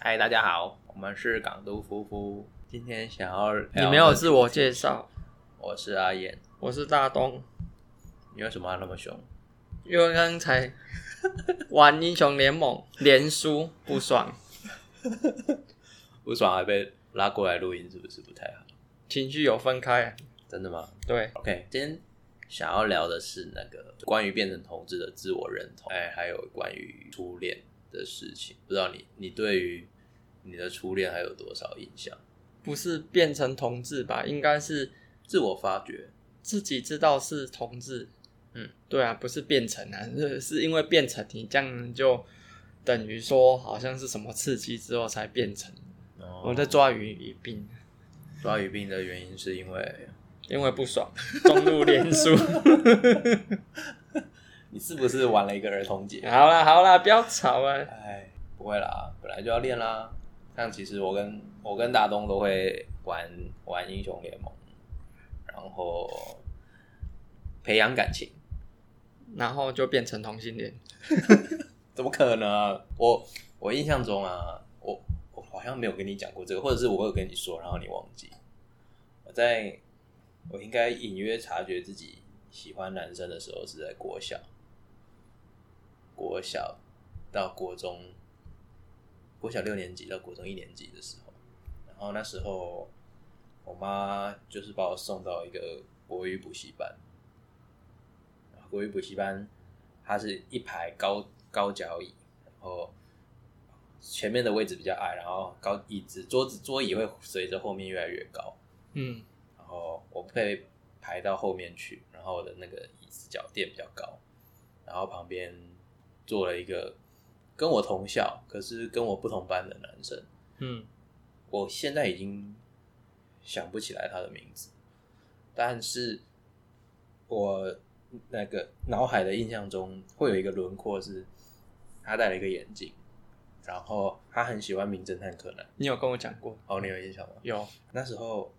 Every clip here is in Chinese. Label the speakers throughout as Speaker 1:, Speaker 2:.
Speaker 1: 嗨，大家好，我们是港都夫妇，今天想要
Speaker 2: 你
Speaker 1: 你
Speaker 2: 没有自我介，绍，
Speaker 1: 我是阿燕，
Speaker 2: 我是大东，
Speaker 1: 你为什么要那么凶？
Speaker 2: 因为刚才 玩英雄联盟连输不爽，
Speaker 1: 不爽还被拉过来录音，是不是不太好？
Speaker 2: 情绪有分开。
Speaker 1: 真的吗
Speaker 2: 对，
Speaker 1: ？OK，今天想要聊的是那个关于变成同志的自我认同，哎，还有关于初恋的事情，不知道你你对于你的初恋还有多少印象？
Speaker 2: 不是变成同志吧？应该是
Speaker 1: 自我发掘，
Speaker 2: 自己知道是同志。
Speaker 1: 嗯，
Speaker 2: 对啊，不是变成啊， 是是因为变成你这样就等于说好像是什么刺激之后才变成。我在抓鱼一病，
Speaker 1: 抓鱼病的原因是因为
Speaker 2: 因为不爽， 中路连输。
Speaker 1: 你是不是玩了一个儿童节？
Speaker 2: 好啦好啦，不要吵啊。
Speaker 1: 哎，不会啦，本来就要练啦。像其实我跟我跟大东都会玩玩英雄联盟，然后培养感情，
Speaker 2: 然后就变成同性恋。
Speaker 1: 怎么可能？啊我我印象中啊，我我好像没有跟你讲过这个，或者是我有跟你说，然后你忘记。我在我应该隐约察觉自己喜欢男生的时候是在国小，国小到国中，国小六年级到国中一年级的时候，然后那时候我妈就是把我送到一个国语补习班，然后国语补习班它是一排高高脚椅，然后前面的位置比较矮，然后高椅子桌子桌椅会随着后面越来越高，
Speaker 2: 嗯，
Speaker 1: 然后我被排到后面去，然后我的那个椅子脚垫比较高，然后旁边坐了一个跟我同校，可是跟我不同班的男生，
Speaker 2: 嗯，
Speaker 1: 我现在已经想不起来他的名字，但是我那个脑海的印象中会有一个轮廓是，他戴了一个眼镜，然后他很喜欢名侦探柯南。
Speaker 2: 你有跟我讲过？
Speaker 1: 哦，你有印象吗？
Speaker 2: 有，
Speaker 1: 那时候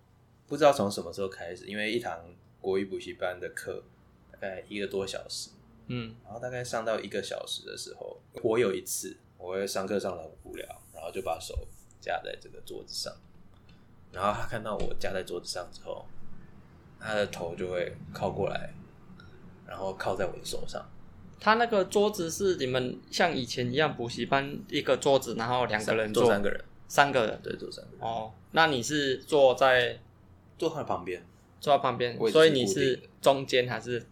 Speaker 1: 不知道从什么时候开始，因为一堂国语补习班的课大概一个多小时，
Speaker 2: 嗯
Speaker 1: 然后大概上到一个小时的时候，我有一次我会上课上的无聊，然后就把手架在这个桌子上，然后他看到我架在桌子上之后，他的头就会靠过来，然后靠在我的手上，，
Speaker 2: 他那个桌子是你们像以前一样补习班一个桌子，然后两个人
Speaker 1: 坐
Speaker 2: 坐，
Speaker 1: 三个人，
Speaker 2: 三个人。
Speaker 1: 对，坐三个人，
Speaker 2: 哦，那你是坐在
Speaker 1: 坐他的旁边，
Speaker 2: 坐在旁边
Speaker 1: 位，置
Speaker 2: 所以
Speaker 1: 是
Speaker 2: 你
Speaker 1: 固
Speaker 2: 是
Speaker 1: 定的
Speaker 2: 中间还是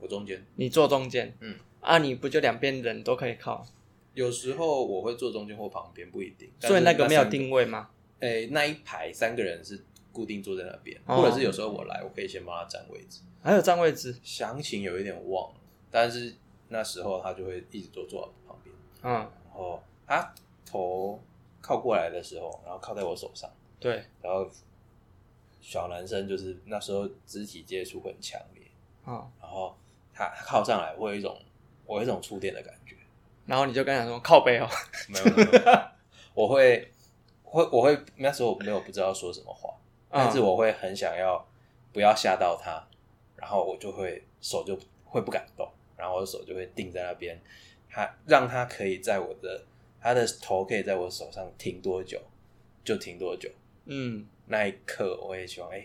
Speaker 1: 我中间。
Speaker 2: 你坐中间？
Speaker 1: 嗯，
Speaker 2: 啊，你不就两边人都可以靠，
Speaker 1: 有时候我会坐中间或旁边，不一定。
Speaker 2: 所以那
Speaker 1: 但是
Speaker 2: 个没有
Speaker 1: 三
Speaker 2: 定位吗？
Speaker 1: 诶、那一排三个人是固定坐在那边，
Speaker 2: 哦
Speaker 1: 或者是有时候我来，我可以先帮他占位置。
Speaker 2: 还有占位置？
Speaker 1: 详情有一点忘了，但是那时候他就会一直都坐在我旁边，
Speaker 2: 嗯，
Speaker 1: 然后他头靠过来的时候，然后靠在我手上，
Speaker 2: 对，
Speaker 1: 然后小男生就是那时候肢体接触很强烈，
Speaker 2: 哦，
Speaker 1: 然后他他靠上来，我有一种我有一种触电的感觉，
Speaker 2: 然后你就跟他说靠背哦，
Speaker 1: 没有，没有没有我会会我会那时候我没有不知道说什么话，但是
Speaker 2: 嗯
Speaker 1: 我会很想要不要吓到他，然后我就会手就会不敢动，然后我的手就会定在那边，他让他可以在我的他的头可以在我手上停多久就停多久，
Speaker 2: 嗯，
Speaker 1: 那一刻我也希望哎、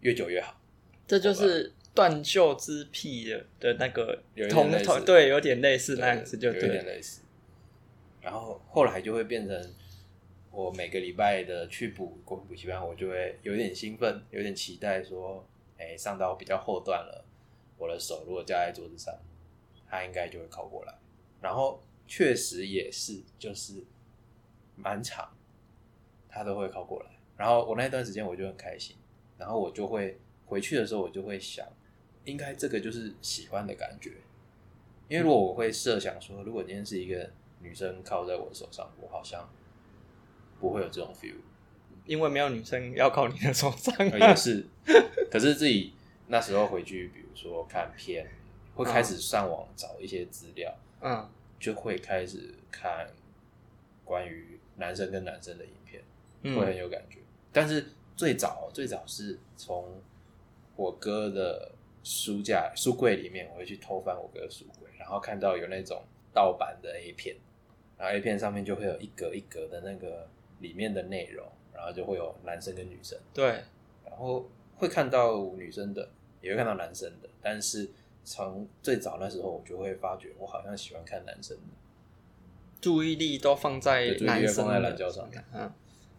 Speaker 1: 越久越好，
Speaker 2: 这就是断袖之癖的的那个
Speaker 1: 有一点
Speaker 2: 同
Speaker 1: 类似
Speaker 2: 同对，有点类似那样子，就
Speaker 1: 有一
Speaker 2: 对
Speaker 1: 点
Speaker 2: 了。
Speaker 1: 类似。然后后来就会变成我每个礼拜的去补国语补习班，我就会有点兴奋，有点期待，说，哎，上到比较后段了，我的手如果架在桌子上，它应该就会靠过来。然后确实也是，就是蛮长，它都会靠过来。然后我那段时间我就很开心，然后我就会回去的时候，我就会想，应该这个就是喜欢的感觉。因为如果我会设想说，如果今天是一个女生靠在我手上，我好像不会有这种 feel，
Speaker 2: 因为没有女生要靠你的手啊上、
Speaker 1: 呃也是。可是自己那时候回去，比如说看片，会开始上网找一些资料，
Speaker 2: 嗯，
Speaker 1: 就会开始看关于男生跟男生的影片，
Speaker 2: 嗯
Speaker 1: 会很有感觉。但是最早最早是从我哥的书架书柜里面，我会去偷翻我哥的书柜，然后看到有那种盗版的 A 片，然然后 A 片上面就会有一格一格的那个里面的内容，然后就会有男生跟女生，
Speaker 2: 对，
Speaker 1: 然后会看到女生的，也会看到男生的，但是从最早那时候，我就会发觉我好像喜欢看男生的，
Speaker 2: 注意力都放在
Speaker 1: 对注意力
Speaker 2: 男
Speaker 1: 放
Speaker 2: 生
Speaker 1: 在
Speaker 2: 的
Speaker 1: 懒觉上面
Speaker 2: 嗯，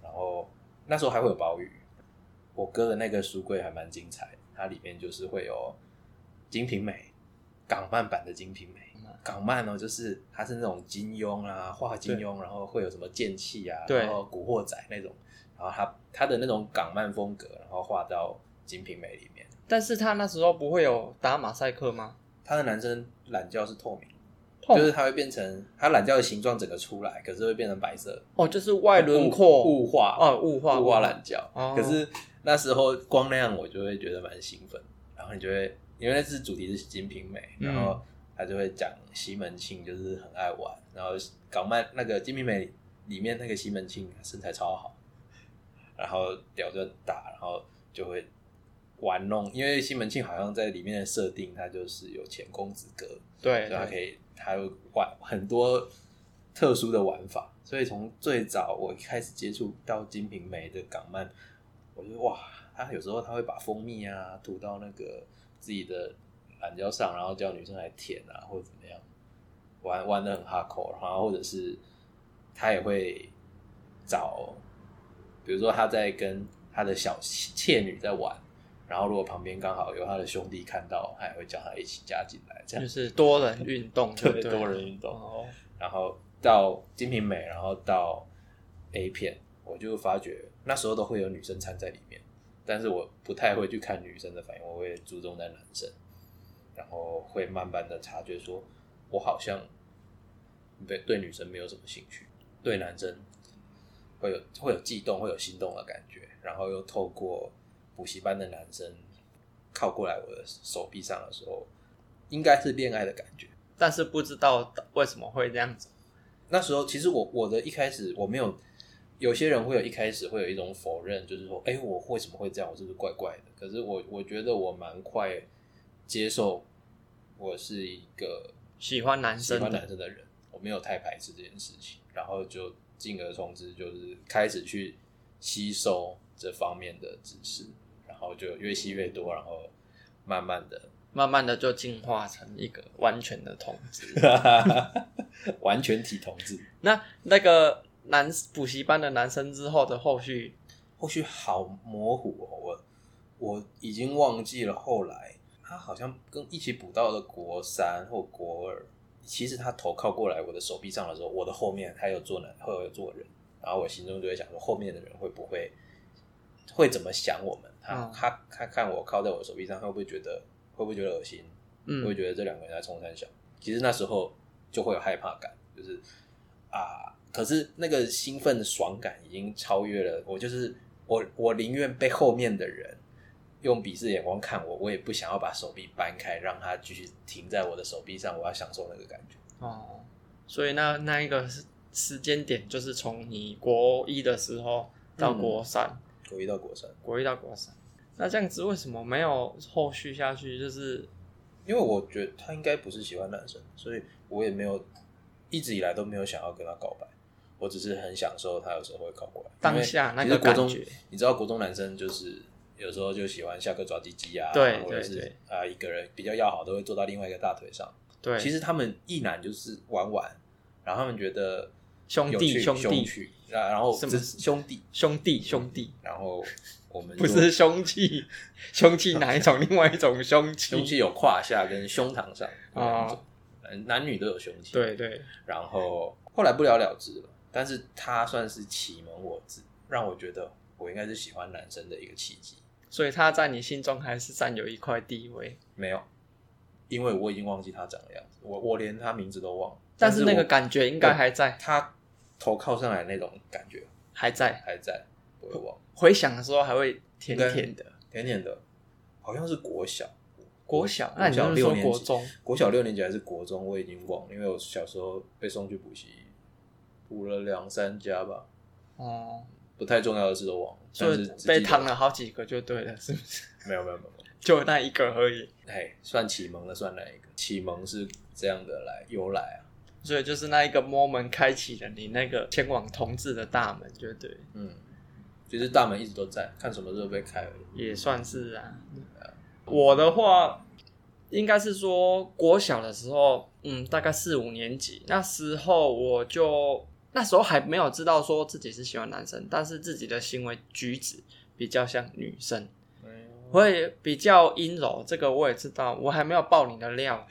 Speaker 1: 然后那时候还会有包雨，我哥的那个书柜还蛮精彩的，它里面就是会有《金瓶梅》港漫版的《金瓶梅》，
Speaker 2: 嗯
Speaker 1: 港漫哦，就是它是那种金庸啊，画金庸，然后会有什么剑气啊，
Speaker 2: 对
Speaker 1: 然后古惑仔那种，然后它它的那种港漫风格，然后画到《金瓶梅》里面。
Speaker 2: 但是他那时候不会有打马赛克吗？
Speaker 1: 它的男生懒觉是透明，
Speaker 2: 痛
Speaker 1: 就是它会变成它懒觉的形状整个出来，可是会变成白色，
Speaker 2: 哦，就是外轮廓
Speaker 1: 雾雾化
Speaker 2: 哦，雾化
Speaker 1: 雾化懒觉。
Speaker 2: 哦
Speaker 1: 可是那时候光那样，我就会觉得蛮兴奋，然后你就会因为那次主题是《金瓶梅》，
Speaker 2: 嗯
Speaker 1: 然后他就会讲西门庆就是很爱玩，然后港漫那个《金瓶梅》里面那个西门庆身材超好，然后屌就很大，然后就会玩弄，因为西门庆好像在里面的设定，他就是有前公子哥，
Speaker 2: 对，
Speaker 1: 所以他
Speaker 2: 对
Speaker 1: 可以，他有玩很多特殊的玩法。所以从最早我开始接触到《金瓶梅》的港漫，我觉得哇，他有时候他会把蜂蜜啊涂到那个自己的懒觉上，然后叫女生来舔啊，或者怎么样，玩玩的很哈口，然后或者是他也会找，比如说他在跟他的小妾女在玩。然后，如果旁边刚好有他的兄弟看到，他也会叫他一起加进来，这样
Speaker 2: 就是多人运 动，
Speaker 1: 对
Speaker 2: 对了
Speaker 1: 多人运动
Speaker 2: 哦，
Speaker 1: 然后到《金瓶梅》，然后到 A 片，我就发觉那时候都会有女生掺在里面，但是我不太会去看女生的反应，我会注重在男生，然后会慢慢的察觉说，我好像对对女生没有什么兴趣，对男生会有会有悸动，会有心动的感觉，然后又透过补习班的男生靠过来我的手臂上的时候，应该是恋爱的感觉。
Speaker 2: 但是不知道为什么会这样子，
Speaker 1: 那时候其实我我的一开始我没有，有些人会有一开始会有一种否认，就是说，哎、我为什么会这样？我是不是怪怪的？可是我我觉得我蛮快接受，我是一个
Speaker 2: 喜欢男
Speaker 1: 喜
Speaker 2: 生
Speaker 1: 欢男
Speaker 2: 的，
Speaker 1: 生的人，我没有太排斥这件事情，然后就进而从之，就是开始去吸收这方面的知识，然后就越吸越多，然后慢慢的
Speaker 2: 慢慢的就进化成一个完全的同志。
Speaker 1: 完全体同志。
Speaker 2: 那那个男补习班的男生之后的后续，
Speaker 1: 后续好模糊哦，我我已经忘记了。后来他好像跟一起补到了国三或国二。其实他头靠过来我的手臂上的时候，我的后面还有坐男，还有坐人，然后我心中就会想说，后面的人会不会会怎么想我们？他、
Speaker 2: 嗯
Speaker 1: 他他看我靠在我手臂上，他会不会觉得会不会觉得恶心？我会
Speaker 2: 嗯，
Speaker 1: 觉得这两个人在冲三小。其实那时候就会有害怕感，就是啊，可是那个兴奋的爽感已经超越了我，就是我，我宁愿被后面的人用鄙视眼光看我，我也不想要把手臂搬开，让他继续停在我的手臂上，我要享受那个感觉。
Speaker 2: 哦，所以那那一个时时间点就是从你国一的时候到
Speaker 1: 嗯
Speaker 2: 国三，
Speaker 1: 国一到国三，
Speaker 2: 国一到国三，那这样子为什么没有后续下去？就是
Speaker 1: 因为我觉得他应该不是喜欢男生，所以我也没有一直以来都没有想要跟他告白，我只是很享受他有时候会靠过来。
Speaker 2: 当下那
Speaker 1: 因
Speaker 2: 个
Speaker 1: 为其实国
Speaker 2: 感
Speaker 1: 中
Speaker 2: 觉，
Speaker 1: 你知道国中男生就是有时候就喜欢下课抓鸡鸡啊，
Speaker 2: 对
Speaker 1: 或者
Speaker 2: 对
Speaker 1: 是
Speaker 2: 对
Speaker 1: 啊、一个人比较要好都会坐到另外一个大腿上。
Speaker 2: 对，
Speaker 1: 其实他们一男就是玩玩，然后他们觉得
Speaker 2: 兄
Speaker 1: 有
Speaker 2: 弟
Speaker 1: 趣
Speaker 2: 兄
Speaker 1: 兄
Speaker 2: 弟
Speaker 1: 弟，啊然后
Speaker 2: 什么
Speaker 1: 这兄弟，
Speaker 2: 兄弟兄弟，
Speaker 1: 然后我们
Speaker 2: 不
Speaker 1: 就是
Speaker 2: 凶 器，凶器哪一种？另外一种凶器。
Speaker 1: 胸器有胯下跟胸膛上
Speaker 2: 哦
Speaker 1: 两种，呃男女都有胸器。，
Speaker 2: 对对，
Speaker 1: 然后后来不了了之了，但是他算是启蒙我自，让我觉得我应该是喜欢男生的一个契机。
Speaker 2: 所以他在你心中还是占有一块地位，
Speaker 1: 没有，因为我已经忘记他长的样子，我我连他名字都忘了。
Speaker 2: 但是那个
Speaker 1: 我
Speaker 2: 感觉应该还在，
Speaker 1: 他头靠上来那种感觉
Speaker 2: 还在。
Speaker 1: 还在，不会忘。
Speaker 2: 回想的时候还会甜甜的。
Speaker 1: 甜甜的，好像是国小，
Speaker 2: 国小，那
Speaker 1: 国
Speaker 2: 你
Speaker 1: 小
Speaker 2: 就是说
Speaker 1: 六年
Speaker 2: 国
Speaker 1: 级，
Speaker 2: 中？
Speaker 1: 国小六年级还是国中，我已经忘了，因为我小时候被送去补习，补了两三家吧，
Speaker 2: 哦，
Speaker 1: 不太重要的事都忘了。
Speaker 2: 所
Speaker 1: 但
Speaker 2: 以
Speaker 1: 是只记得
Speaker 2: 被烫了好几个就对了，是不是？
Speaker 1: 没有没有没有。没有
Speaker 2: 就那一个而已。
Speaker 1: 哎，算启蒙了，算哪一个？启蒙是这样的来由来啊，
Speaker 2: 所以就是那一个 moment 开启了你那个前往同志的大门，就对，
Speaker 1: 嗯，就是大门一直都在，看什么时候被开而已。
Speaker 2: 也算是啊。我的话应该是说国小的时候，嗯，大概四五年级那时候我就那时候还没有知道说自己是喜欢男生，但是自己的行为举止比较像女生。会比较阴柔，这个我也知道，我还没有爆你的料，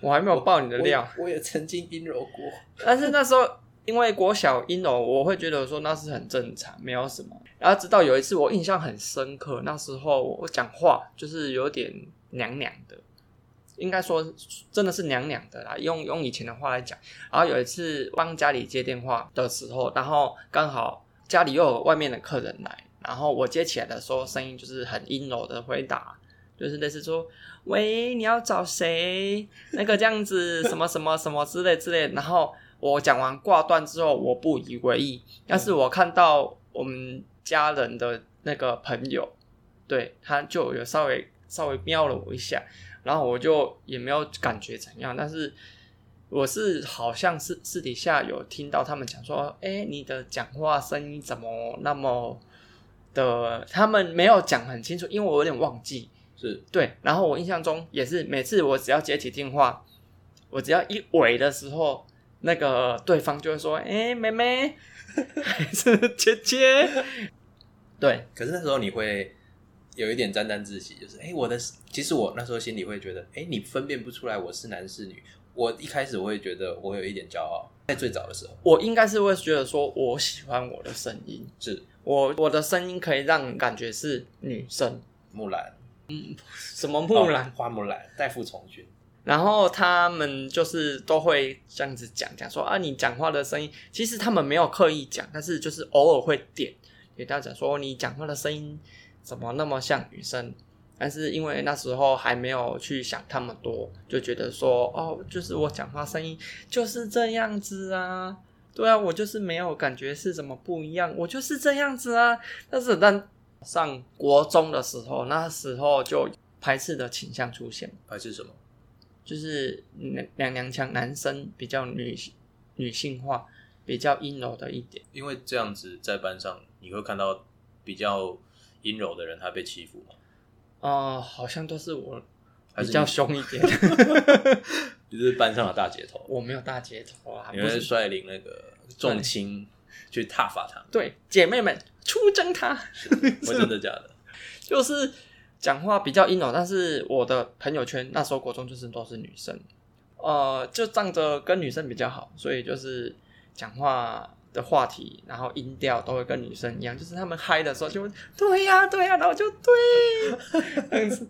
Speaker 2: 我还没有爆你的料。
Speaker 1: 我也曾经阴柔过，
Speaker 2: 但是那时候因为国小阴柔，我会觉得说那是很正常，没有什么。然后直到有一次我印象很深刻，那时候我讲话就是有点娘娘的，应该说真的是娘娘的啦。用用以前的话来讲，然后有一次帮家里接电话的时候，然后刚好家里又有外面的客人来。然后我接起来的时候，声音就是很阴柔的回答，就是类似说：“喂，你要找谁？那个这样子，什么什么什么之类之类。”然后我讲完挂断之后，我不以为意。但是我看到我们家人的那个朋友，对他就有稍微稍微瞄了我一下，然后我就也没有感觉怎样，但是。我是好像是私底下有听到他们讲说，哎，你的讲话声音怎么那么的，他们没有讲很清楚，因为我有点忘记。
Speaker 1: 是
Speaker 2: 对，然后我印象中也是，每次我只要接起电话，我只要一尾的时候，那个对方就会说：“哎、妹妹， 还是姐姐。”对，
Speaker 1: 可是那时候你会有一点沾沾自喜，就是哎、诶我的，其实我那时候心里会觉得，哎、你分辨不出来我是男是女。我一开始我会觉得我有一点骄傲，在最早的时候
Speaker 2: 我应该是会觉得说，我喜欢我的声音，
Speaker 1: 是
Speaker 2: 我我的声音可以让你感觉是女生，
Speaker 1: 木兰，
Speaker 2: 什么木兰、
Speaker 1: 哦花木兰，代父从军，
Speaker 2: 然后他们就是都会这样子讲讲说啊，你讲话的声音，其实他们没有刻意讲，但是就是偶尔会点给大家讲说哦你讲话的声音怎么那么像女生。但是因为那时候还没有去想那么多，就觉得说哦，就是我讲话声音就是这样子啊，对啊，我就是没有感觉是什么不一样，我就是这样子啊。但是当上国中的时候，那时候就排斥的倾向出现。
Speaker 1: 还是什么？
Speaker 2: 就是娘娘娘腔，男生比较女女性化，比较阴柔的一点。
Speaker 1: 因为这样子在班上你会看到比较阴柔的人他被欺负 吗？
Speaker 2: 哦、好像都是我
Speaker 1: 还
Speaker 2: 比
Speaker 1: 是
Speaker 2: 较凶一点，
Speaker 1: 你就是班上的大姐头，
Speaker 2: 我没有大姐头啊，
Speaker 1: 你
Speaker 2: 不
Speaker 1: 会
Speaker 2: 是
Speaker 1: 率领那个重青去踏伐他们。
Speaker 2: 对姐妹们出征他，
Speaker 1: 我真的假的？
Speaker 2: 就是讲话比较阴柔，但是我的朋友圈那时候国中就是都是女生，呃，就仗着跟女生比较好，所以就是讲话。的话题，然后音调都会跟女生一样，就是他们嗨的时候就会对呀、对呀、然后就对，这样子，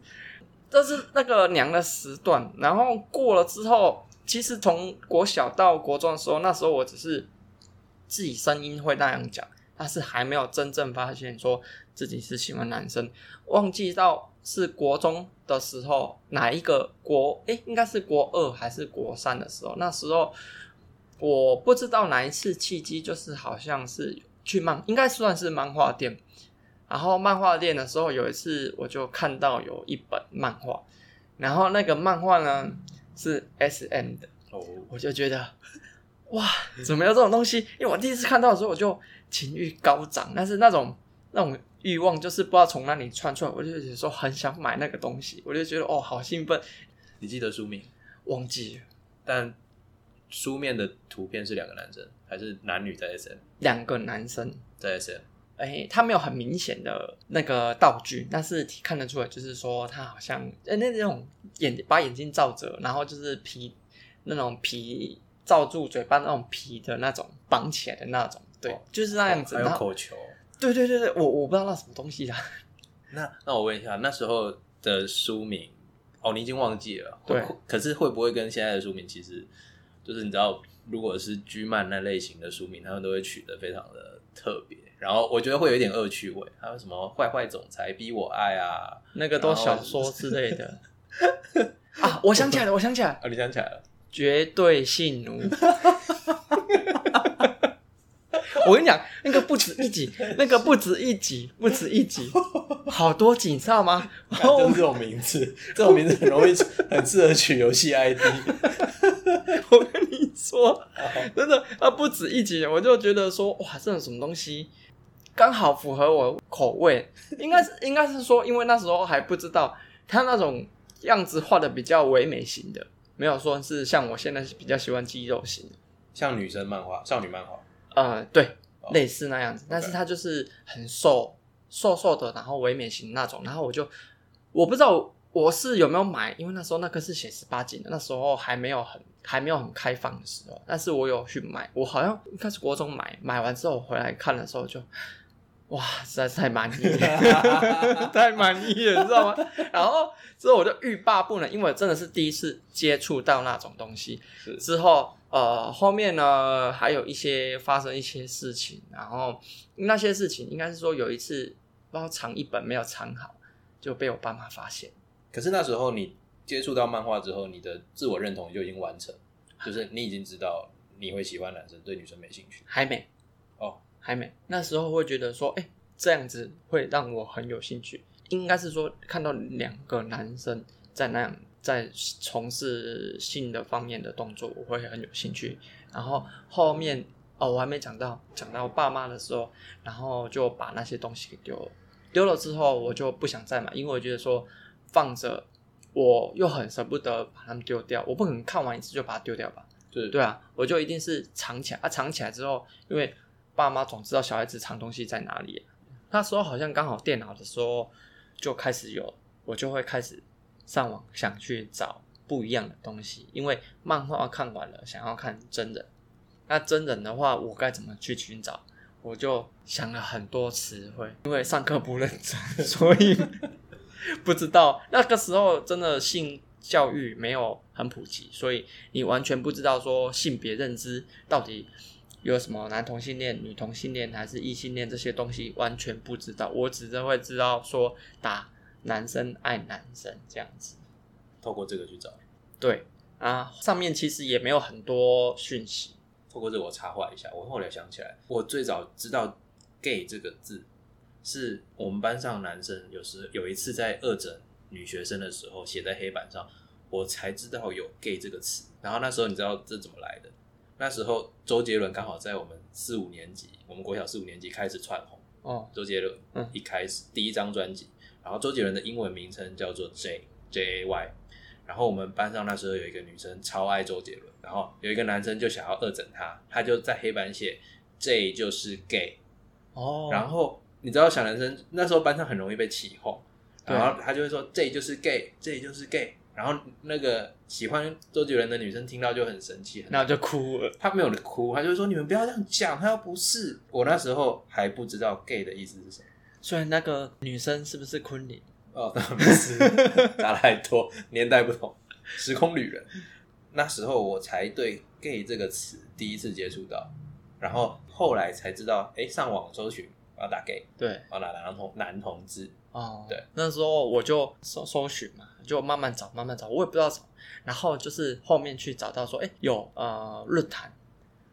Speaker 2: 这是那个娘的时段。然后过了之后，其实从国小到国中的时候，那时候我只是自己声音会那样讲，但是还没有真正发现说自己是喜欢男生。忘记到是国中的时候，哪一个国？诶、应该是国二还是国三的时候？那时候我不知道哪一次契机，就是好像是去漫，应该算是漫画店。然后漫画店的时候，有一次我就看到有一本漫画，然后那个漫画呢是 S M 的，
Speaker 1: 哦，
Speaker 2: 我就觉得哇，怎么有这种东西？因为我第一次看到的时候，我就情欲高涨，但是那种那种欲望就是不知道从哪里窜出来，我就觉得说很想买那个东西，我就觉得哦，好兴奋，
Speaker 1: 你记得书名？
Speaker 2: 忘记了
Speaker 1: 但书面的图片是两个男生，还是男女在 SM？
Speaker 2: 两个男生。
Speaker 1: 在 SM？
Speaker 2: 哎、他没有很明显的那个道具，但是看得出来，就是说他好像哎、那那种眼把眼睛罩着，然后就是皮那种皮罩住嘴巴那种皮的那种绑起来的那种，对，
Speaker 1: 哦
Speaker 2: 就是那样子。
Speaker 1: 还有
Speaker 2: 然后
Speaker 1: 口球。
Speaker 2: 对对对对，我我不知道那什么东西啦。啊
Speaker 1: 那那我问一下，那时候的书名哦，你已经忘记了。
Speaker 2: 对
Speaker 1: 可是会不会跟现在的书名其实就是你知道，如果是居漫那类型的书名，他们都会取得非常的特别，然后我觉得会有一点恶趣味，还有什么坏坏总裁逼我爱啊？
Speaker 2: 那个都小说之类的啊！我想起来了，我想起来了，
Speaker 1: 啊，你想起来了？
Speaker 2: 绝对性奴。 我跟你讲，那个不止一集，那个不止一集，不止一集，好多集，你知道 吗？然后
Speaker 1: 这种名字，这种名字很容易很适合取游戏 ID。
Speaker 2: 我跟你说，真的，它不止一集，我就觉得说，哇，这种什么东西刚好符合我口味，应该是应该是说，因为那时候还不知道它那种样子画的比较唯美型的，没有说是像我现在是比较喜欢肌肉型的，
Speaker 1: 像女生漫画、少女漫画，
Speaker 2: 呃，对，
Speaker 1: 哦
Speaker 2: 类似那样子，但是它就是很瘦瘦瘦的，然后唯美型那种，然后我就我不知道我是有没有买，因为那时候那个是写十八禁的，那时候还没有很还没有很开放的时候，但是我有去买，我好像应该是国中买，买完之后回来看的时候就。哇，实在是太满意了， 太满意了，你知道吗？ 然后之后我就欲罢不能，因为我真的是第一次接触到那种东西，
Speaker 1: 是
Speaker 2: 之后，呃，后面呢还有一些发生一些事情，然后那些事情应该是说有一次不知道藏一本没有藏好，就被我爸妈发现。
Speaker 1: 可是那时候你接触到漫画之后，你的自我认同就已经完成，就是你已经知道你会喜欢男生，对女生没兴趣。
Speaker 2: 还没
Speaker 1: 哦，
Speaker 2: 还没。那时候会觉得说，哎、这样子会让我很有兴趣。应该是说看到两个男生在那样在从事性的方面的动作，我会很有兴趣。然后后面哦，我还没讲到讲到爸妈的时候，然后就把那些东西给丢了。丢了之后，我就不想再买，因为我觉得说放着，我又很舍不得把它们丢掉，我不可能看完一次就把它丢掉吧。
Speaker 1: 就是
Speaker 2: 对啊，我就一定是藏起来啊，藏起来之后，因为爸妈总知道小孩子藏东西在哪里、那时候好像刚好电脑的时候就开始有，我就会开始上网想去找不一样的东西，因为漫画看完了，想要看真人。那真人的话，我该怎么去寻找？我就想了很多词汇，因为上课不认真，所以不知道那个时候真的性教育没有很普及，所以你完全不知道说性别认知到底有什么男同性恋、女同性恋还是异性恋这些东西，完全不知道。我只是会知道说打男生爱男生这样子。
Speaker 1: 透过这个去找，
Speaker 2: 对啊，上面其实也没有很多讯息。
Speaker 1: 透过这个我插话一下，我后来想起来，我最早知道 “gay” 这个字，是我们班上男生有时有一次在二诊女学生的时候写在黑板上，我才知道有 “gay” 这个词。然后那时候你知道这怎么来的？那时候周杰伦刚好在我们四五年级，我们国小四五年级开始窜红。
Speaker 2: 哦，
Speaker 1: 周杰伦，
Speaker 2: 嗯
Speaker 1: 一开始第一张专辑，然后周杰伦的英文名称叫做 J J A Y，然后我们班上那时候有一个女生超爱周杰伦，然后有一个男生就想要恶整她，他就在黑板写 J 就是 gay，
Speaker 2: 哦，
Speaker 1: 然后你知道小男生那时候班上很容易被起哄，
Speaker 2: 对
Speaker 1: 然后他就会说 J 就是 gay，J 就是 gay，然后那个喜欢周杰伦的女生听到就很生气，很
Speaker 2: 然后就哭了。
Speaker 1: 他没有哭，他就说你们不要这样讲，他又不是我那时候还不知道 gay 的意思是什么。
Speaker 2: 所以那个女生是不是昆凌？
Speaker 1: 哦，当然不是，差太多，年代不同，时空旅人。那时候我才对 “gay” 这个词第一次接触到，然后后来才知道，哎，上网搜寻我要打 “gay”，
Speaker 2: 对，
Speaker 1: 我要打男同男同志，
Speaker 2: 哦，
Speaker 1: 对，
Speaker 2: 那时候我就搜搜寻嘛，就慢慢找，慢慢找，我也不知道找，然后就是后面去找到说，哎，有呃论坛，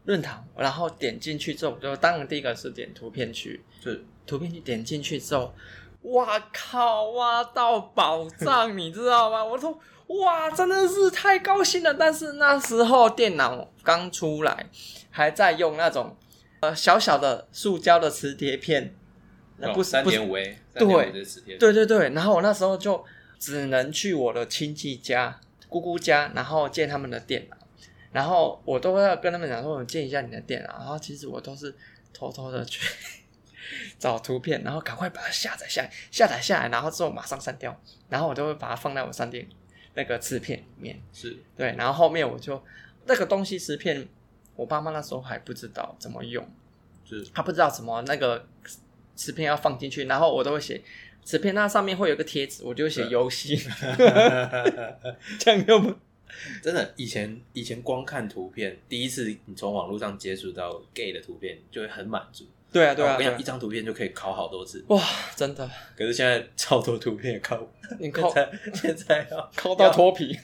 Speaker 2: 论坛，然后点进去之后，我就当然第一个是点图片区，
Speaker 1: 就是
Speaker 2: 图片区点进去之后，哇靠，挖到宝藏，你知道吗？我说哇，真的是太高兴了。但是那时候电脑刚出来，还在用那种呃小小的塑胶的磁碟片，那不是
Speaker 1: 三
Speaker 2: 不是
Speaker 1: 点五 A，
Speaker 2: 对
Speaker 1: 3.5的磁铁，
Speaker 2: 对对对，然后我那时候就只能去我的亲戚家、姑姑家，然后借他们的电脑，然后我都会跟他们讲说，我借一下你的电脑，然后其实我都是偷偷的去 找图片，然后赶快把它下载下来，下载下来，然后之后马上删掉，然后我都会把它放在我三 D 那个磁片里面，
Speaker 1: 是
Speaker 2: 对，然后后面我就那个东西磁片，我爸妈那时候还不知道怎么用。
Speaker 1: 就是
Speaker 2: 他不知道什么那个磁片要放进去，然后我都会写磁片，那上面会有个贴纸，我就会写
Speaker 1: 对
Speaker 2: 游戏，这样 用吗？
Speaker 1: 真的，以前以前光看图片，第一次你从网络上接触到 gay 的图片，就会很满足。
Speaker 2: 对啊，对啊，
Speaker 1: 我跟
Speaker 2: 对
Speaker 1: 你
Speaker 2: 啊
Speaker 1: 讲，一张图片就可以考好多次。
Speaker 2: 哇，真的，
Speaker 1: 可是现在超多图片也考不
Speaker 2: 你抠
Speaker 1: 现在现在要
Speaker 2: 抠到脱皮，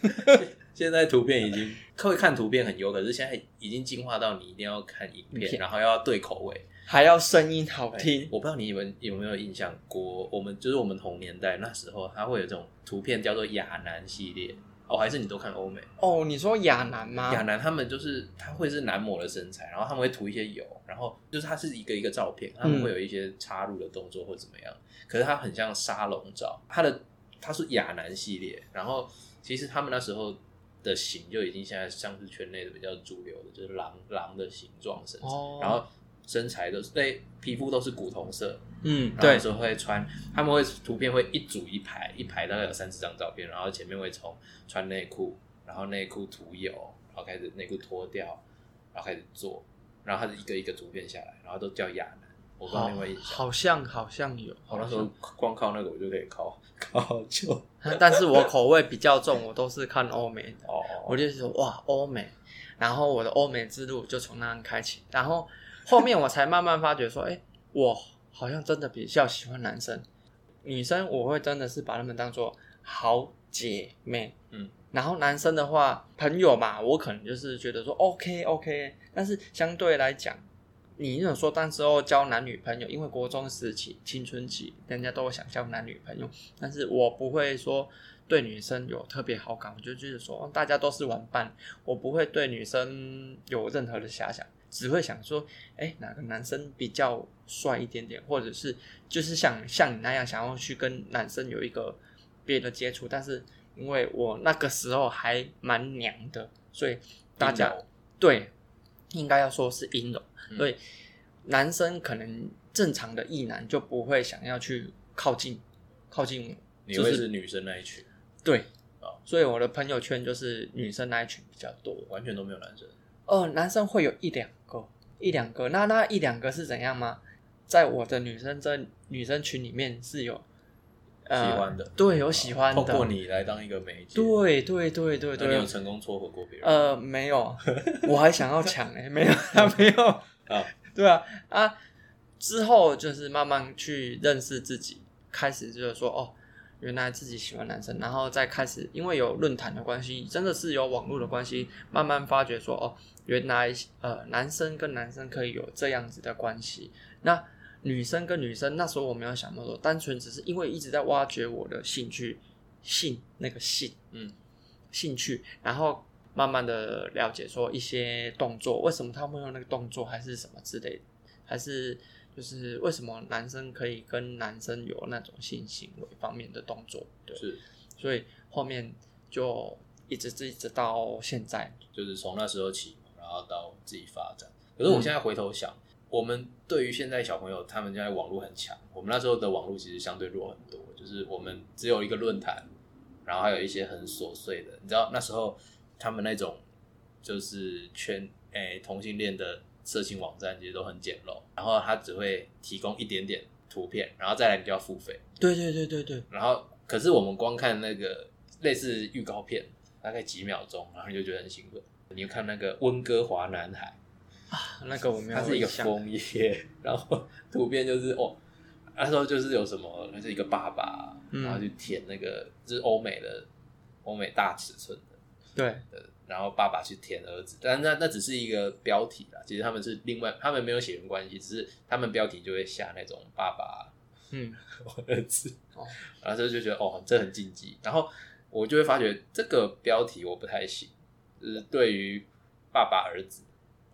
Speaker 1: 现在图片已经 会看图片很优，可是现在已经进化到你一定要看影
Speaker 2: 影
Speaker 1: 片，
Speaker 2: 片
Speaker 1: 然后要对口味。
Speaker 2: 还要声音好
Speaker 1: 哎
Speaker 2: 听，
Speaker 1: 我不知道你们有没有印象过，我们就是我们同年代那时候，它会有这种图片叫做亚男系列，哦，还是你都看欧美？
Speaker 2: 哦，你说亚男吗？
Speaker 1: 亚男他们就是他会是男模的身材，然后他们会涂一些油，然后就是它是一个一个照片，他们会有一些插入的动作或怎么样。可是它很像沙龙照，它的它是亚男系列，然后其实他们那时候的型就已经现在像是圈内的比较主流的，就是狼狼的形状身材，
Speaker 2: 哦，
Speaker 1: 然后身材都是对皮肤都是古铜色，
Speaker 2: 嗯，
Speaker 1: 然后
Speaker 2: 对
Speaker 1: 有，时候会穿，他们会图片会一组一排，一排大概有三十张照片，然后前面会从穿内裤，然后内裤涂油，然后开始内裤脱掉，然后开始做，然后它是一个一个图片下来，然后都叫亚男，我不知道
Speaker 2: 好
Speaker 1: 你有没有印，象。
Speaker 2: 哦好像好像 有，
Speaker 1: 我那时候光靠那个我就可以靠靠哦好久
Speaker 2: 但是我口味比较重，我都是看欧美的，
Speaker 1: 哦，
Speaker 2: 我就说哇欧美，然后我的欧美之路就从那样开启，然后后面我才慢慢发觉说，哎、我好像真的比较喜欢男生，女生我会真的是把他们当做好姐妹，
Speaker 1: 嗯，
Speaker 2: 然后男生的话朋友嘛，我可能就是觉得说 OK OK，但是相对来讲。你那种说当时候交男女朋友，因为国中时期、青春期，人家都想交男女朋友，但是我不会说对女生有特别好感，我就觉得说哦大家都是玩伴，我不会对女生有任何的遐想，只会想说，哎、哪个男生比较帅一点点，或者是就是想像你那样想要去跟男生有一个别的接触，但是因为我那个时候还蛮娘的，所以大家
Speaker 1: 阴柔
Speaker 2: 对应该要说是阴柔，
Speaker 1: 嗯
Speaker 2: 所以男生可能正常的异男就不会想要去靠近靠近我。
Speaker 1: 你会是女生那一群，
Speaker 2: 对
Speaker 1: 哦，
Speaker 2: 所以我的朋友圈就是女生那一群比较多。
Speaker 1: 完全都没有男生。
Speaker 2: 哦，男生会有一两个，一两个。那那一两个是怎样吗？在我的女生这女生群里面是有、呃、
Speaker 1: 喜欢的
Speaker 2: 对，有喜欢的。
Speaker 1: 通过，你来当一个媒介，
Speaker 2: 对对对对
Speaker 1: 那你有
Speaker 2: 对。
Speaker 1: 成功撮合过别人？
Speaker 2: 呃，没有， 我还想要抢哎、 没有， 没有。
Speaker 1: 啊，
Speaker 2: 对啊啊，之后就是慢慢去认识自己，开始就是说哦，原来自己喜欢男生，然后再开始因为有论坛的关系，真的是有网络的关系，慢慢发觉说哦，原来呃男生跟男生可以有这样子的关系，那。女生跟女生，那时候我没有想那么多，单纯只是因为一直在挖掘我的兴趣，性那个性，
Speaker 1: 嗯，
Speaker 2: 兴趣，然后慢慢的了解说一些动作，为什么他们用那个动作，还是什么之类的，还是就是为什么男生可以跟男生有那种性行为方面的动作，对，
Speaker 1: 是，
Speaker 2: 所以后面就一直一直到现在，
Speaker 1: 就是从那时候起，然后到自己发展。可是我现在回头想，我们对于现在小朋友，他们现在网络很强，我们那时候的网络其实相对弱很多，就是我们只有一个论坛，然后还有一些很琐碎的。你知道那时候他们那种就是圈诶、同性恋的色情网站其实都很简陋，然后他只会提供一点点图片，然后再来你就要付费。
Speaker 2: 对对对对对，
Speaker 1: 然后可是我们光看那个类似预告片，大概几秒钟，然后你就觉得很兴奋。你就看那个温哥华男孩，
Speaker 2: 那个我没有
Speaker 1: 他是一个
Speaker 2: 印象，
Speaker 1: 枫叶， 然后图片就是哦，那时候就是有什么，就是一个爸爸，
Speaker 2: 嗯
Speaker 1: 然后去舔那个，就是欧美的欧美大尺寸的，
Speaker 2: 对，
Speaker 1: 呃然后爸爸去舔儿子，但那那只是一个标题啦，其实他们是另外，他们没有血缘关系，只是他们标题就会下那种爸爸
Speaker 2: 嗯，
Speaker 1: 我儿子
Speaker 2: 哦，
Speaker 1: 然后就就觉得哦，这很禁忌。然后我就会发觉这个标题我不太行，就是对于爸爸儿子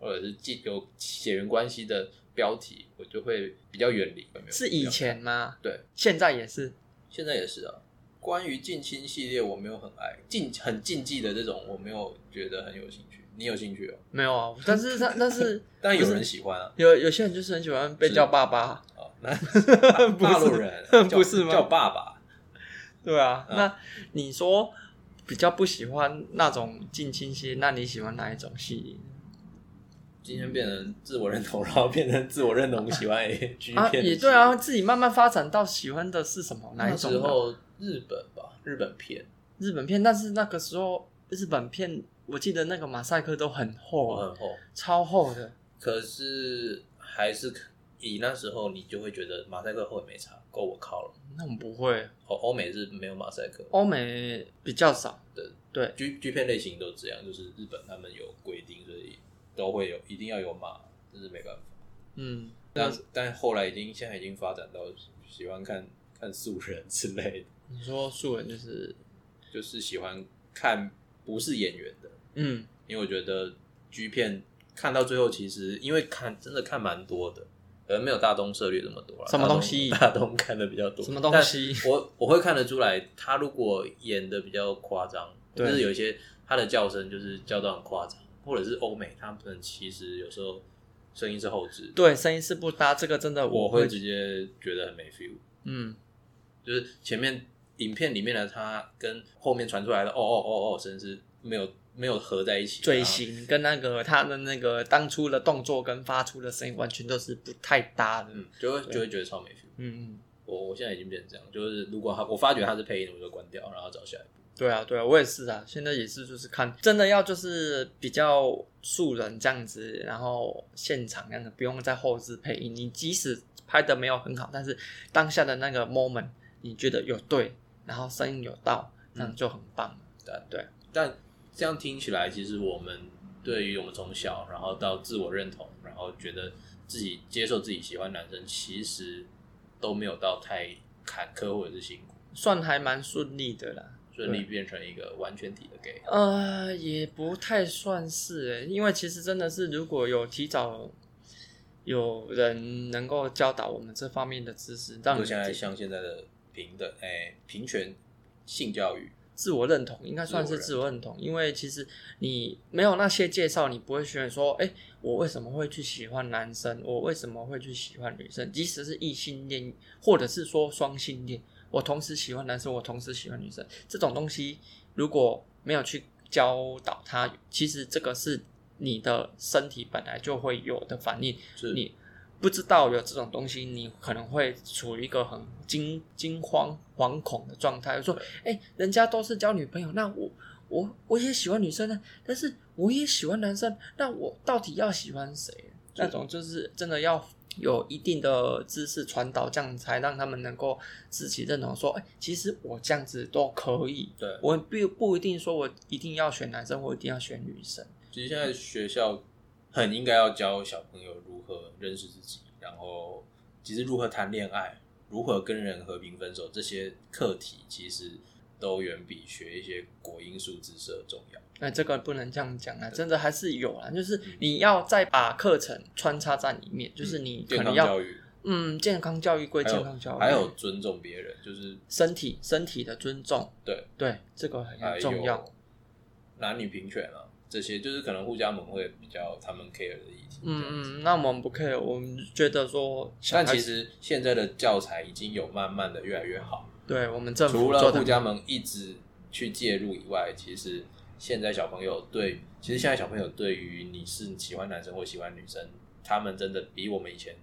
Speaker 1: 或者是既有血缘关系的标题，我就会比较远离。有没有
Speaker 2: 是以前吗？
Speaker 1: 对，
Speaker 2: 现在也是，
Speaker 1: 现在也是啊。关于近亲系列，我没有很爱禁很禁忌的这种，我没有觉得很有兴趣。你有兴趣哦？
Speaker 2: 没有啊，但是但但是
Speaker 1: 但有
Speaker 2: 不
Speaker 1: 人
Speaker 2: 是
Speaker 1: 喜欢啊。
Speaker 2: 有有些人就是很喜欢被
Speaker 1: 是
Speaker 2: 叫爸爸，
Speaker 1: 哦，那
Speaker 2: 不
Speaker 1: 大
Speaker 2: 是
Speaker 1: 陆人叫
Speaker 2: 不是吗
Speaker 1: 叫爸爸，
Speaker 2: 对啊，
Speaker 1: 嗯
Speaker 2: 那你说比较不喜欢那种近亲戏，那你喜欢哪一种戏？
Speaker 1: 今天变成自我认同，然后变成自我认同喜欢 A G
Speaker 2: 啊，
Speaker 1: 片，
Speaker 2: 也对啊，。自己慢慢发展到喜欢的是什么哪
Speaker 1: 那
Speaker 2: 一种
Speaker 1: 时
Speaker 2: 的？
Speaker 1: 候日本吧，日本片
Speaker 2: 日本片，但是那个时候日本片，我记得那个马赛克都很厚
Speaker 1: 我
Speaker 2: 啊，
Speaker 1: 很厚，
Speaker 2: 超厚的。
Speaker 1: 可是还是以那时候你就会觉得马赛克后也没差，够我靠了。
Speaker 2: 那我们不会，
Speaker 1: 哦，欧美是没有马赛克
Speaker 2: 欧美比较少。
Speaker 1: 对
Speaker 2: 对，
Speaker 1: ，G G 片类型都这样，就是日本他们有规定，所以都会有一定要有马，这是没办法。
Speaker 2: 嗯，
Speaker 1: 但但后来已经现在已经发展到喜欢看看素人之类的。
Speaker 2: 你说素人就是
Speaker 1: 就是喜欢看不是演员的，
Speaker 2: 嗯，
Speaker 1: 因为我觉得 G 片看到最后，其实因为看真的看蛮多的，可能没有大东涉猎这么多啦
Speaker 2: 什么东西
Speaker 1: 大东大东看的比较多，
Speaker 2: 什么东 西
Speaker 1: 但我我会看得出来，他如果演的比较夸张，就
Speaker 2: 对
Speaker 1: 是有一些他的叫声就是叫到很夸张，或者是欧美他们其实有时候声音是后置的，
Speaker 2: 对，声音是不搭，这个真的
Speaker 1: 我
Speaker 2: 会
Speaker 1: 会直接觉得很没 feel。
Speaker 2: 嗯，
Speaker 1: 就是前面影片里面的他跟后面传出来的哦哦哦哦声是没有没有合在一起的啊，
Speaker 2: 嘴型跟那个他的那个当初的动作跟发出的声音完全都是不太搭的。嗯
Speaker 1: 嗯，就会就会觉得超没 feel。
Speaker 2: 嗯，
Speaker 1: 我我现在已经变成这样，就是如果他我发觉他是配音，我就关掉，然后找下一部。
Speaker 2: 对啊，对啊，我也是啊，现在也是就是看，真的要就是比较素人这样子，然后现场那样子，不用再后置配音，你即使拍的没有很好，但是当下的那个 moment 你觉得有对，然后声音有到，
Speaker 1: 嗯
Speaker 2: 那样就很棒了。
Speaker 1: 但这样听起来，其实我们对于我们从小然后到自我认同，然后觉得自己接受自己喜欢男生，其实都没有到太坎坷或者是辛苦，
Speaker 2: 算还蛮顺利的啦。
Speaker 1: 顺利变成一个完全体的 gay。
Speaker 2: 呃，也不太算是诶，因为其实真的是如果有提早有人能够教导我们这方面的知识，让
Speaker 1: 就
Speaker 2: 你
Speaker 1: 现在像现在的平等，哎、平权性教育，
Speaker 2: 自我认同，应该算是自我认同，因为其实你没有那些介绍，你不会选说，哎、我为什么会去喜欢男生，我为什么会去喜欢女生，即使是异性恋，或者是说双性恋，我同时喜欢男生，我同时喜欢女生，这种东西如果没有去教导他，其实这个是你的身体本来就会有的反应，
Speaker 1: 是
Speaker 2: 你不知道有这种东西，你可能会处于一个很惊惊慌、惶恐的状态，说：“哎、人家都是交女朋友，那我我我也喜欢女生呢，但是我也喜欢男生，那我到底要喜欢谁？”那种就是真的要有一定的知识传导，这样才让他们能够自己认同，说：“哎、其实我这样子都可以，
Speaker 1: 对
Speaker 2: 我不不一定说我一定要选男生，我一定要选女生。”
Speaker 1: 其实现在学校很应该要教小朋友如何认识自己，然后其实如何谈恋爱，如何跟人和平分手，这些课题其实都远比学一些国英数自社重要。
Speaker 2: 那这个不能这样讲啊，真的还是有啊，就是你要再把课程穿插在里面，就是你
Speaker 1: 嗯
Speaker 2: 可
Speaker 1: 健
Speaker 2: 能
Speaker 1: 康
Speaker 2: 要
Speaker 1: 教育，
Speaker 2: 嗯，健康教育归
Speaker 1: 还有
Speaker 2: 健康教育，
Speaker 1: 还有尊重别人，就是
Speaker 2: 身体身体的尊重，
Speaker 1: 对
Speaker 2: 对，这个
Speaker 1: 还
Speaker 2: 很重要
Speaker 1: 有。男女平权啊，这些就是可能互加盟会比较他们 care 的议题。
Speaker 2: 嗯嗯，那我们不 care，我们觉得说小孩
Speaker 1: 但
Speaker 2: 子，
Speaker 1: 其实现在的教材已经有慢慢的越来越好，
Speaker 2: 对我们政府
Speaker 1: 除
Speaker 2: 做
Speaker 1: 了
Speaker 2: 的
Speaker 1: 互加盟一直去介入以外，其实现在小朋友对，其实现在小朋友对于你是喜欢男生或喜欢女生，他们真的比我们以前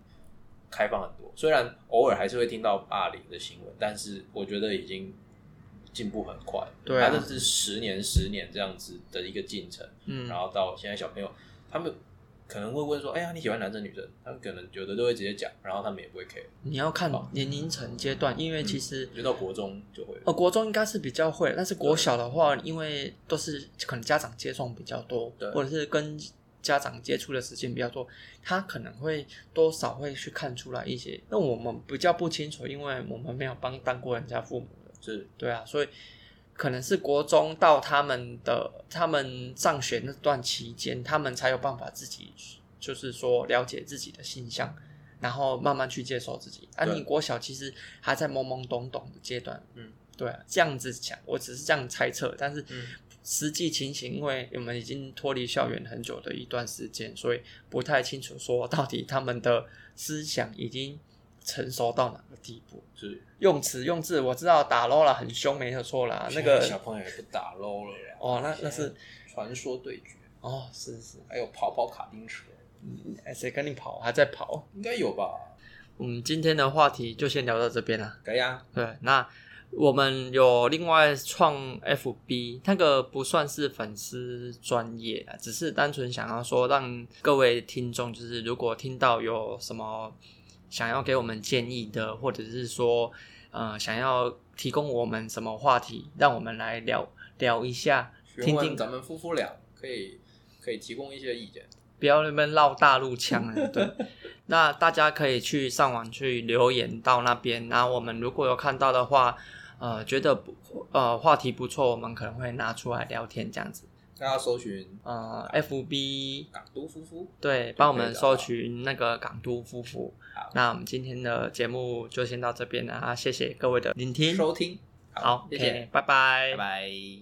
Speaker 1: 开放很多。虽然偶尔还是会听到霸凌的新闻，但是我觉得已经进步很快。
Speaker 2: 对啊
Speaker 1: 它这是十年十年这样子的一个进程。
Speaker 2: 嗯
Speaker 1: 然，后到现在小朋友，他们可能会问说：“哎呀，你喜欢男生女生？”他们可能有的都会直接讲，然后他们也不会 care。
Speaker 2: 你要看
Speaker 1: 好嗯
Speaker 2: 年龄层阶段，因为其实
Speaker 1: 就到国中就会
Speaker 2: 呃，国中应该是比较会，但是国小的话，因为都是可能家长接送比较多
Speaker 1: 对，
Speaker 2: 或者是跟家长接触的时间比较多，他可能会多少会去看出来一些。那我们比较不清楚，因为我们没有帮当过人家父母的，
Speaker 1: 是
Speaker 2: 对啊，所以可能是国中到他们的他们上学那段期间，他们才有办法自己就是说了解自己的性向。然后慢慢去接受自己。啊，
Speaker 1: 对
Speaker 2: 你国小其实还在懵懵懂懂的阶段，
Speaker 1: 嗯，
Speaker 2: 对啊，这样子讲，我只是这样猜测，但是
Speaker 1: 嗯
Speaker 2: 实际情形，因为我们已经脱离校园很久的一段时间，所以不太清楚说到底他们的思想已经成熟到哪个地步。
Speaker 1: 是
Speaker 2: 用词用字，我知道打 l 了很凶，没有错啦。啊那
Speaker 1: 现在小
Speaker 2: 个
Speaker 1: 朋友也不打 low 了啦
Speaker 2: 哦那那是
Speaker 1: 传说对决，
Speaker 2: 哦，是是，
Speaker 1: 还有跑跑卡丁车，
Speaker 2: 哎谁跟你跑？还在跑。
Speaker 1: 应该有吧？
Speaker 2: 我们今天的话题就先聊到这边啦。
Speaker 1: 可以啊，
Speaker 2: 对，那我们有另外创 FB，那个不算是粉丝专业啊，只是单纯想要说让各位听众，就是如果听到有什么想要给我们建议的，或者是说呃想要提供我们什么话题，让我们来聊聊一下，
Speaker 1: 询
Speaker 2: 听听
Speaker 1: 问咱们夫妇俩可以可以提供一些意见，
Speaker 2: 不要那边绕大陆 腔了。对，那大家可以去上网去留言到那边，然后我们如果有看到的话，呃觉得不呃话题不错，我们可能会拿出来聊天这样子。
Speaker 1: 大家搜寻
Speaker 2: 呃，FB
Speaker 1: 港都夫妇，
Speaker 2: 对，
Speaker 1: 就
Speaker 2: 帮我
Speaker 1: 可以
Speaker 2: 们
Speaker 1: 找
Speaker 2: 搜
Speaker 1: 到
Speaker 2: 寻那个港都夫妇
Speaker 1: 好。
Speaker 2: 那我们今天的节目就先到这边了啊，谢谢各位的聆听，
Speaker 1: 收听，
Speaker 2: 好
Speaker 1: 谢谢，
Speaker 2: ，OK，拜拜，
Speaker 1: 拜拜。